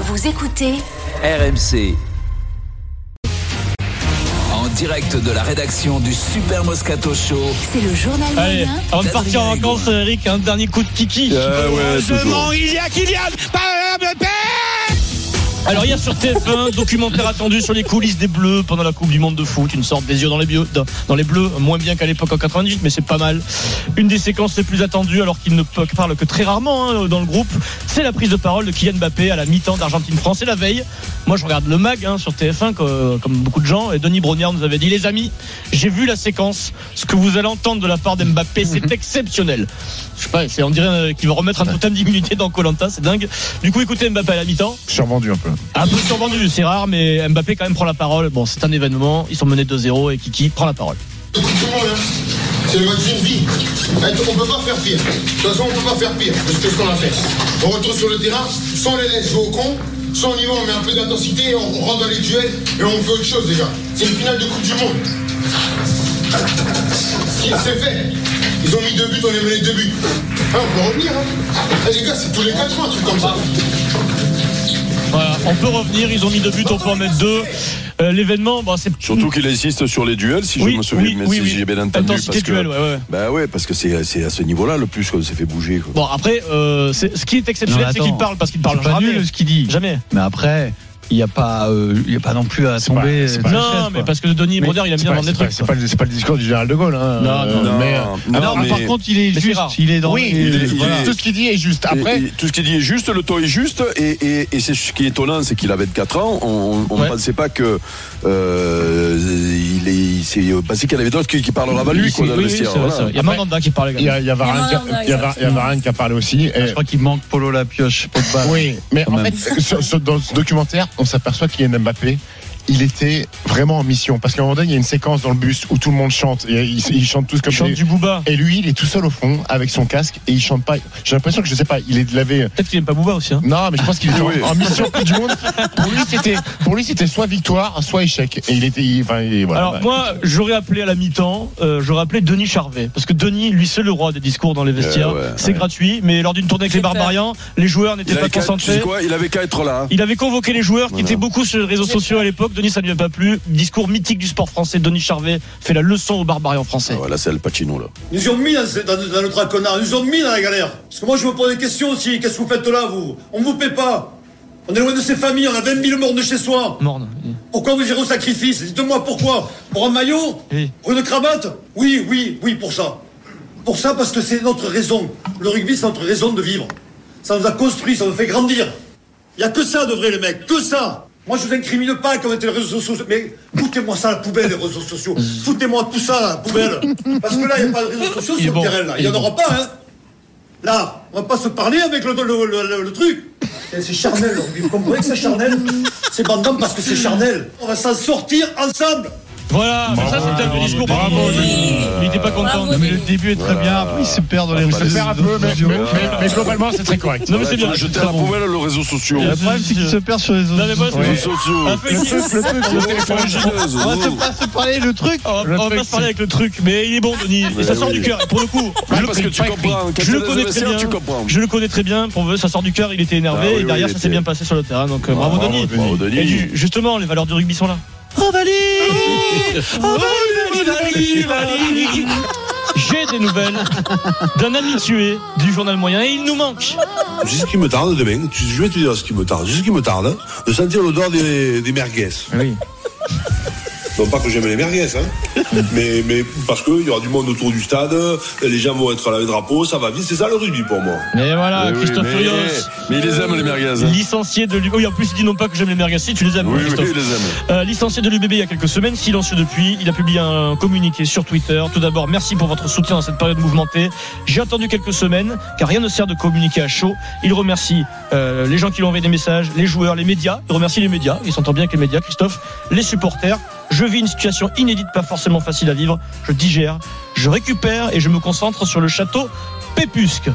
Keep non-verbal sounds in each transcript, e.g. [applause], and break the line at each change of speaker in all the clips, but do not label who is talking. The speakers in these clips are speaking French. Vous écoutez
RMC. En direct de la rédaction du Super Moscato Show.
C'est le journal
Allez,
moyen
avant de partir en vacances, Eric, un dernier coup de kiki.
Heureusement, il y a Kylian euh, Mbappé
Alors hier sur TF1, [laughs] documentaire attendu sur les coulisses des Bleus pendant la Coupe du Monde de foot, une sorte des yeux dans les, bio- dans, dans les Bleus, moins bien qu'à l'époque en 98, mais c'est pas mal. Une des séquences les plus attendues, alors qu'il ne peut- parle que très rarement hein, dans le groupe, c'est la prise de parole de Kylian Mbappé à la mi-temps d'Argentine-France et la veille. Moi je regarde le mag hein, sur TF1 co- comme beaucoup de gens et Denis Brognard nous avait dit les amis, j'ai vu la séquence, ce que vous allez entendre de la part d'Mbappé, c'est exceptionnel. Je sais pas, c'est on dirait euh, qu'il va remettre un totem d'immunité dans Colanta, c'est dingue. Du coup écoutez Mbappé à la mi-temps.
Survendu un peu.
Un peu survendu, c'est rare, mais Mbappé quand même prend la parole. Bon, c'est un événement, ils sont menés 2-0 et Kiki prend la parole.
Tout le monde, hein. C'est le match d'une vie. On peut pas faire pire. De toute façon, on peut pas faire pire parce que ce qu'on a fait. On retourne sur le terrain, sans les laisser jouer au con, sans niveau, on met un peu d'intensité, on, on rentre dans les duels et on fait autre chose déjà. C'est une finale de Coupe du Monde. C'est c'est fait. Ils ont mis deux buts, on les mené deux buts. Hein, on peut revenir. Hein. Eh, les gars, c'est tous les quatre mois un truc comme ça.
Voilà, on peut revenir, ils ont mis deux buts, on peut en mettre deux. Euh, L'événement, bon, c'est
Surtout qu'il insiste sur les duels, si
Oui,
je me souviens,
oui,
mais
oui,
si
oui.
j'ai bien entendu.
Intensité
parce que,
duel, ouais, ouais.
Bah ouais, parce que c'est c'est à ce niveau-là le plus qu'on s'est fait bouger. quoi.
Bon, après, euh, c'est- ce qui est exceptionnel,
Non, mais
c'est qu'il
attends,
parle parce qu'il parle
C'est pas
jamais.
nul ce qu'il dit.
Jamais.
Mais après, il n'y a pas, euh, il y a pas non plus à
C'est
tomber.
pas- c'est
euh,
pas-
de la
non,
chaise,
mais
quoi.
parce que Denis Broder, il aime
C'est
bien
pas-
vendre des
c'est
trucs.
pas- C'est pas, le- c'est pas le discours du général de Gaulle. Hein.
Non, non,
non,
mais, euh,
non,
alors,
mais-
Par contre, il est
Mais c'est
juste,
rare.
il est dans.
oui,
les-
il est-
voilà.
il est-
tout ce qu'il dit est juste.
Et-
Après,
et tout ce qu'il dit est juste, le ton est juste, et, et- et c'est ce qui est étonnant, c'est qu'il a 24 ans, on on- on ne
Ouais.
pensait pas que euh, il est, il s'est passé qu'il y en avait d'autres qui, qui parlent avant lui, quoi,
Oui,
dans le
oui,
vestiaire,
c'est vrai,
voilà.
c'est vrai. Il y a Mandanda qui parle, les
il y
gars.
a, il y a Varane qui a- il y a Var- il y a Varane qui a parlé aussi.
Je
Et-
crois qu'il manque Polo la pioche, pas de balle.
Oui, mais
Quand
en
même.
fait, sur- sur- dans ce documentaire, on s'aperçoit qu'il y a Mbappé. Il était vraiment en mission parce qu'à un moment donné, il y a une séquence dans le bus où tout le monde chante. Et ils, ils chantent tous comme
Il chante
des-
du Booba.
Et lui, il est tout seul au fond avec son casque et il chante pas. J'ai l'impression que je sais pas, il est lavé.
Peut-être qu'il aime pas Booba aussi. Hein.
Non, mais je pense qu'il était en-
Oui.
en mission Coupe du Monde. Pour lui, c'était, pour lui, c'était soit victoire, soit échec. Et il était, il- enfin, il- voilà.
Alors
Bah,
moi, j'aurais appelé à la mi-temps, euh, j'aurais appelé Denis Charvet, parce que Denis, lui, c'est le roi des discours dans les vestiaires.
Euh, ouais,
c'est gratuit, mais lors d'une tournée avec les Barbarians, les joueurs n'étaient
Il
pas
avait qu'à- tu
concentrés.
sais quoi, il avait qu'à être là.
Il avait convoqué les joueurs qui
Voilà.
étaient beaucoup sur les réseaux sociaux à l'époque. Denis, ça ne lui a pas plu. Discours mythique du sport français. Denis Charvet fait la leçon aux barbarians français.
Ah ouais, là, c'est Al Pacino, là.
Ils nous ont mis dans, ce- dans- dans le traquenard, ils nous ont mis dans la galère. Parce que moi, je me pose des questions aussi. Qu'est-ce que vous faites là, vous On vous paie pas. On est loin de ces familles, on a 20 000 morts de chez soi.
Morne.
Pourquoi vous irez au sacrifice Dites-moi pourquoi Pour un maillot
Oui.
Pour une cravate Oui, oui, oui, pour ça. Pour ça, parce que c'est notre raison. Le rugby, c'est notre raison de vivre. Ça nous a construit, ça nous fait grandir. Il n'y a que ça de vrai, les mecs, que ça Moi, je vous incrimine pas quand on était les réseaux sociaux, mais foutez-moi ça à la poubelle, les réseaux sociaux. Foutez-moi tout ça à la poubelle. Parce que là, il n'y a pas de réseaux sociaux
Il est
sur
bon,
le terrain, là. Il
il
n'y
est
en aura pas, hein. Là, on va pas se parler avec le, le- le- le- le truc. C'est c'est charnel, le rugby. vous comprenez que c'est charnel C'est bandant parce que c'est charnel. On va s'en sortir ensemble
Voilà, mais ça c'était un discours. Bravo, Il n'était pas content.
Non, mais le début est très bien, après il se perd dans les
Ah, bah, Il se
il se perd un peu, mais, mais- mais- mais globalement, c'est très correct.
Non, mais c'est
Ouais,
bien.
faut jeter
c'est
à la
bon.
poubelle le réseau social.
Ouais.
Le problème, c'est qu'il se perd sur les autres.
Non, mais moi, c'est-
Les
Ouais.
réseaux sociaux.
Un peu
Le truc, le truc,
Oh, fugineuse.
On va se pas se parler le truc.
Oh, On va,
Le
on va pas
truc,
se parler avec le truc, mais il est bon, Denis. Et
Ouais,
ça sort
oui.
du cœur. Et Pour le coup,
Ouais,
je le
Ah, parce que tu
pas écrit.
comprends. Quand
Je le
t'es dans
connais
un
très
vestiaire,
bien.
Tu comprends.
Je le connais très bien. Pour eux, ça sort du cœur. Il était énervé
Ah oui,
et derrière,
oui, il
ça s'est
était-
bien passé sur le terrain. Donc euh, bravo,
Bravo,
Denis.
bravo, Denis.
Et du- justement, les valeurs du rugby sont là.
Oh,
[laughs] Oh, J'ai des nouvelles d'un habitué du journal moyen et il nous manque.
C'est ce qui me tarde demain. Tu- oh, Je vais te hein? dire ce qui me tarde. C'est ce qui me tarde. De sentir l'odeur des, des merguez.
Oui.
Non pas que j'aime les merguez, hein. mais, mais parce qu'il y aura du monde autour du stade, les gens vont être à la drapeau, ça va vite, c'est ça le rugby pour moi.
Et
Eh
voilà, Ah, Christophe
mais-
Furios.
mais il les aime, les merguez, hein.
Licencié de l'UBB. Oui, en plus, il dit non pas que j'aime les merguez. Si, tu les aimes,
Oui, oui,
Christophe.
il les aime.
Euh, licencié de l'UBB il y a quelques semaines, silencieux depuis. Il a publié un communiqué sur Twitter. Tout d'abord, merci pour votre soutien dans cette période mouvementée. J'ai attendu quelques semaines, car rien ne sert de communiquer à chaud. Il remercie euh, les gens qui lui ont envoyé des messages, les joueurs, les médias. Il remercie les médias. Il s'entend bien avec les médias, Christophe. Les supporters. Je vis une situation inédite, pas forcément facile à vivre. Je digère, je récupère et je me concentre sur le château Pépusque.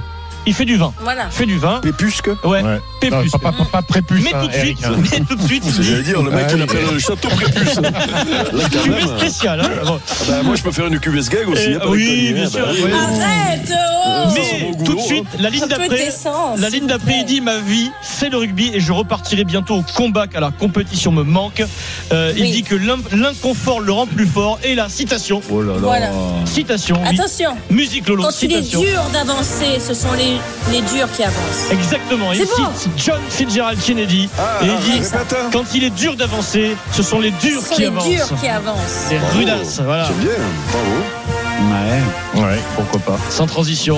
Il fait du vin.
Voilà.
Fait du vin.
Pépusque
Ouais. Pépusque.
Non, pas- pas- pas prépuce,
Mais
hein,
tout de suite,
Eric, hein.
mais tout de
[laughs]
suite.
C'est ce que j'allais dire, le mec,
Ah
il
oui.
appelle le
[laughs]
château prépuce. Là, quand
Tu
même.
euh,
es spécial, hein. Bon.
Ah bah, moi, je peux faire une cuvée gag aussi.
Eh,
hein, pour
oui,
les conneries,
bien
hein,
sûr. Ah,
bah oui.
Arrête oh
Mais
bon
tout de
goulot,
suite, la ligne
Un peu de
d'après,
décence,
la
s'il
ligne
te
d'après, il
plaît.
dit ma vie, c'est le rugby et je repartirai bientôt au combat car la compétition me manque. Euh, Il
Oui.
dit que l'in- l'inconfort le rend plus fort et la citation,
Oh là là.
Voilà.
citation, oui.
Attention,
musique Lolo,
quand il est
citation.
dur d'avancer, ce sont les, les durs qui avancent.
Exactement, il
C'est bon.
cite John Fitzgerald Kennedy
Ah,
et
ah,
il dit
répète, hein.
quand il est dur d'avancer, ce sont les durs
Ce sont
qui
les
avancent.
durs qui avancent.
C'est
Bravo.
rudasse, voilà,
C'est Oh, bien, bravo.
Ouais, pourquoi pas.
sans transition.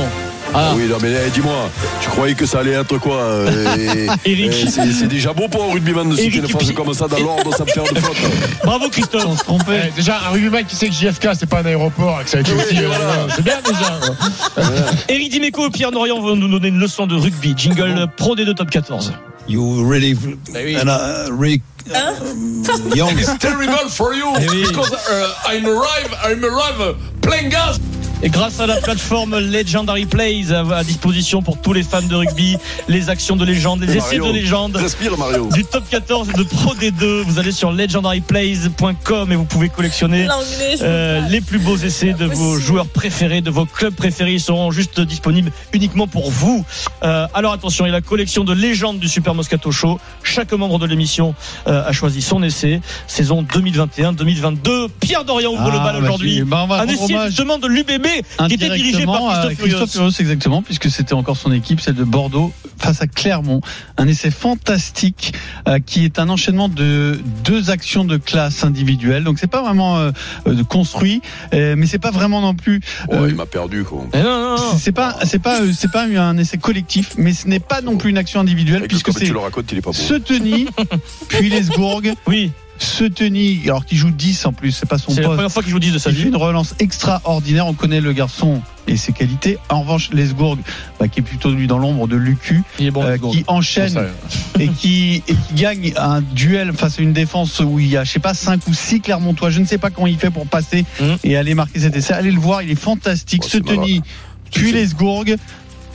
Ah.
Oui, non, mais eh, dis-moi, tu croyais que ça allait être quoi
[laughs]
euh, et-
Eric.
et c'est- C'est déjà beau pour un rugbyman de citer
Eric
une phrase
Dupuis.
comme ça dans l'ordre sans faire de faute.
Bravo Christophe.
Eh, déjà, un rugbyman qui sait que JFK, c'est pas un aéroport, et que ça a été aussi. euh,
C'est bien déjà. Eric Dimeco et Pierre Norian vont nous donner une leçon de rugby. Jingle Pro D2 Top 14.
You really and uh, Rick
Hein
Young.
It's terrible for you because uh, I'm arrive, I'm arrive uh, playing gas.
Et grâce à la plateforme Legendary Plays à à disposition pour tous les fans de rugby, les actions de légende, les essais de
Mario,
légende.
Respire, Mario.
Du top 14 et de Pro D2, vous allez sur legendaryplays.com et vous pouvez collectionner
L'anglais, je
euh,
veux pas.
les plus beaux essais de vos
Possible.
joueurs préférés, de vos clubs préférés. Ils seront juste disponibles uniquement pour vous. Euh, alors attention, il y a la collection de légendes du Super Moscato Show. Chaque membre de l'émission euh, a choisi son essai. Saison 2021-2022. Pierre Dorian ouvre
Ah,
le bal
bah,
aujourd'hui.
qui- bah, on va
Un
rendre
essai
hommage
justement de l'UBB qui était dirigé
Indirectement,
par
à
Christophe Furios.
Christophe Furios, exactement, puisque c'était encore son équipe, celle de Bordeaux, face à Clermont. Un essai fantastique euh, qui est un enchaînement de deux actions de classe individuelle. Donc c'est pas vraiment euh, euh, construit, euh, mais c'est pas vraiment non plus.
Oh,
euh,
il m'a perdu, quoi.
Mais Eh non, non,
[laughs]
non.
c'est- c'est pas, c'est pas, euh, c'est pas un essai collectif, mais ce n'est pas non plus une action individuelle
Avec le-
puisque
Comme
c'est
tu le racontes, il est pas beau.
Seteni, puis Lesbourg,
Oui,
Seteni, alors qui joue 10 en plus, c'est pas son
c'est la
poste.
première fois qu'il joue 10 de sa
Il fait
vie.
une relance extraordinaire. On connaît le garçon et ses qualités. En revanche, Lesbourg, bah, qui est plutôt lui dans l'ombre de Lucu,
Il est bon.
euh,
le second.
qui enchaîne
ça,
et qui, et qui gagne un duel face à une défense où il y a, je sais pas, 5 ou 6 Clermontois. Je ne sais pas comment il fait pour passer
Mhm.
et aller marquer cet essai. Allez le voir, il est fantastique.
Oh,
ce
c'est
Tony, puis Lesbourg,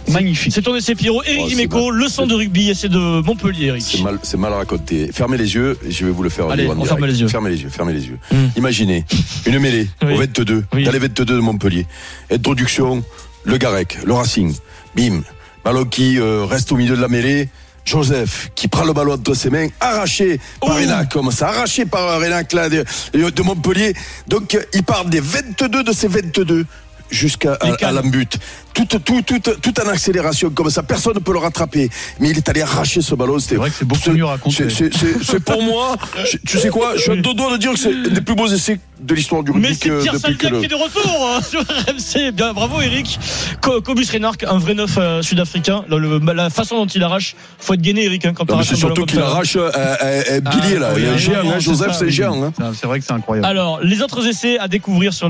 magnifique.
C'est ton essai Pierrot, Eric
Oh, c'est
Dimeco,
mal.
leçon de rugby, essai de Montpellier,
C'est
Eric.
mal, c'est mal raconté. Fermez les yeux, et je vais vous le faire
Allez,
lire en
on
direct.
ferme les yeux.
Fermez les yeux, fermez les yeux.
Hmm.
Imaginez une mêlée
[laughs] Oui.
au E 22,
Oui.
dans les 22 de Montpellier. Introduction, le Garec, le Racing, bim. Ballon qui euh, reste au milieu de la mêlée. Joseph qui prend le ballon de ses mains, arraché
Oh.
par Renac, comme ça, arraché par Renac là, de, de Montpellier. Donc euh, il part des 22 de E ses 22 jusqu'à à-
Les
à
cannes.
l'embut. Tout, tout, tout, tout en accélération comme ça, personne ne peut le rattraper. Mais il est allé arracher ce ballon, c'était
C'est vrai que c'est beaucoup
c'est-
mieux raconté.
c'est- c'est- C'est c'est pour moi, je- tu sais quoi, je suis à deux doigts de dire que c'est un des plus beaux essais de l'histoire du
Mais
rugby
c'est
que-
Pierre
depuis que
Salviac
le.
qui est de retour hein, sur RMC. Bien, bravo Eric. Co- Cobus Reynark, un vrai neuf euh, sud-africain. Le- le- La façon dont il arrache, faut être gainé Eric hein, quand
Non, Ah, mais
t'arraches
c'est
un ballon
surtout
comme
qu'il
ça.
arrache euh, euh, euh,
Ah,
Billy là. Il y a un géant, hein, Joseph, c'est un géant. hein.
C'est vrai que c'est incroyable.
Alors, les autres essais à découvrir sur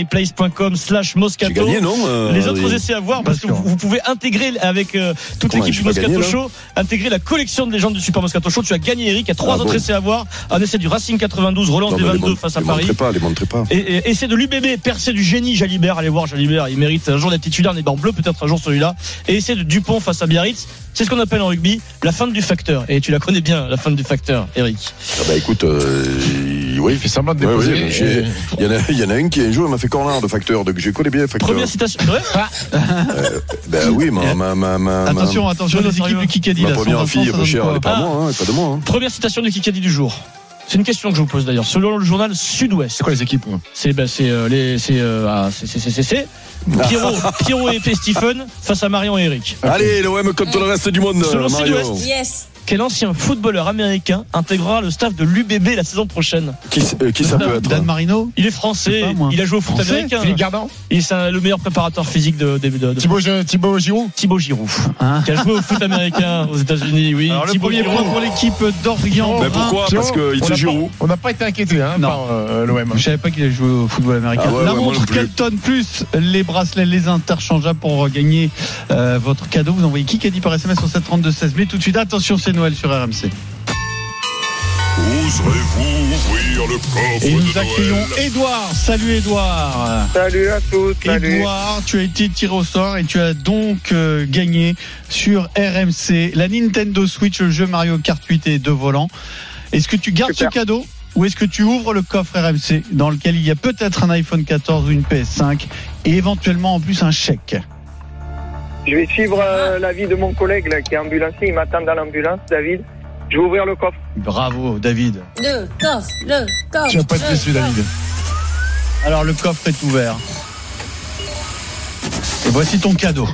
legendaryplace.com slash
J'ai
Moscato.
gagné, non euh,
Les autres
Adrien
essais à voir, parce que
Bien sûr.
vous, vous pouvez intégrer avec euh, toute
Comment,
l'équipe
j'ai
du
pas
Moscato
gagné, là
Show, intégrer la collection de légendes du Super Moscato Show. Tu as gagné, Eric. Il y a trois
Ah,
autres
bon.
essais à voir. Un essai du Racing 92, relance
Non,
des
mais les
22
montre-
face à
les
Paris.
montrez pas, les montrez pas.
Et, et, et c'est de l'UBB, percé du génie Jalibert. Allez voir Jalibert, il mérite un jour d'être titulaire, n'est pas en bleu, peut-être un jour celui-là. Et c'est de Dupont face à Biarritz. C'est ce qu'on appelle en rugby la fin du facteur. Et tu la connais bien, la fin du facteur, Eric.
Ah bah écoute, euh, oui.
Il fait semblant de
Ouais,
déposer.
oui, mais
euh,
j'ai- Il y, en a, il y en a un qui un jour il m'a fait corner de facteur, donc je connais bien le facteur.
Première citation. C'est vrai
Ben oui, ma, ma, ma, ma,
attention, attention,
Je
les
ne sais
équipes
rien.
du Kikadi.
ma,
là,
ma
sont en
première
France,
fille,
ça
elle est pas
donne
chère, elle
quoi
est pas à moi, hein, elle est pas de moi. hein.
Première citation du Kikadi du jour. C'est une question que je vous pose d'ailleurs. Selon le journal Sud-Ouest,
C'est quoi les équipes hein moi
c'est bah, c'est euh, les c'est euh, ah, c'est c'est c'est- c'est- c'est Pierrot, Pierrot et Stephen face à Marion et Eric.
Allez, l'OM contre le reste du monde.
Ah. Selon
Mario.
Sud-Ouest.
Yes.
Quel ancien footballeur américain intégrera le staff de l'UBB la saison prochaine
Qui, euh, qui ça peut être
Dan Marino
Il est français,
Je sais pas, moi.
il a joué au foot
Français
américain.
Philippe Gardant
Il est un- le meilleur préparateur physique de. de, de- de-
Thibaut, Gi- Thibaut Giroud
Thibaut Giroud. Qui a joué au foot américain aux États-Unis, oui.
Alors, le
Thibaut
hein. premier
Giroud.
point pour l'équipe d'Orient. hein.
Mais pourquoi
Thibaut,
Ah, Parce que il
on
te
n'a
Giroud.
pas- On n'a pas été inquiété hein,
Non.
par euh, l'OM.
Je savais pas qu'il allait jouer au football américain.
Ah ouais,
la
ouais, moi
montre
non plus.
Kelton plus les bracelets, les interchangeables pour gagner euh, votre cadeau. Vous envoyez qui qui a dit par SMS au 732 16 Mais tout de suite, attention, c'est Noël sur RMC.
Oserez-vous ouvrir le coffre
Et nous
de
accueillons
Noël
Edouard. Salut Edouard.
Salut à tous, salut.
Edouard, tu as été tiré au sort et tu as donc euh, gagné sur RMC la Nintendo Switch, le jeu Mario Kart 8 et deux volants. Est-ce que tu gardes ce cadeau ou est-ce que tu ouvres le coffre RMC dans lequel il y a peut-être un iPhone 14 ou une PS5 et éventuellement en plus un chèque
Je vais suivre euh, l'avis de mon collègue là, qui est ambulancier, il m'attend dans l'ambulance, David. Je vais ouvrir le coffre.
Bravo David.
Le coffre, le coffre.
Tu vas pas
le
être déçu,
coffre.
David. Alors le coffre est ouvert. Et voici ton cadeau.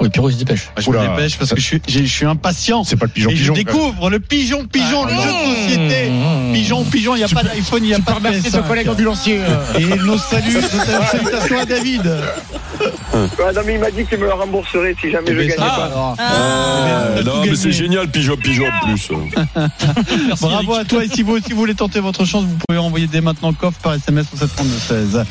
Oui, Pierrot, il se dépêche.
Je me dépêche parce que je suis, j'ai- je suis impatient. C'est
pas le pigeon
Et
pigeon.
je découvre le pigeon pigeon, le jeu de société. Pigeon pigeon, il n'y a pas d'iPhone, il n'y a pas de
remercier ton
PS5.
collègue ambulancier, euh.
Et nos saluts, nos salutations à David.
Ouais, non, mais il m'a dit qu'il me le rembourserait si
Eh
jamais
ben,
je gagnais pas.
Ah, non, mais c'est génial, pigeon, pigeon en plus.
Bravo à toi. Et si vous aussi voulez tenter votre chance, vous pouvez envoyer dès maintenant coffre par SMS au 732 16.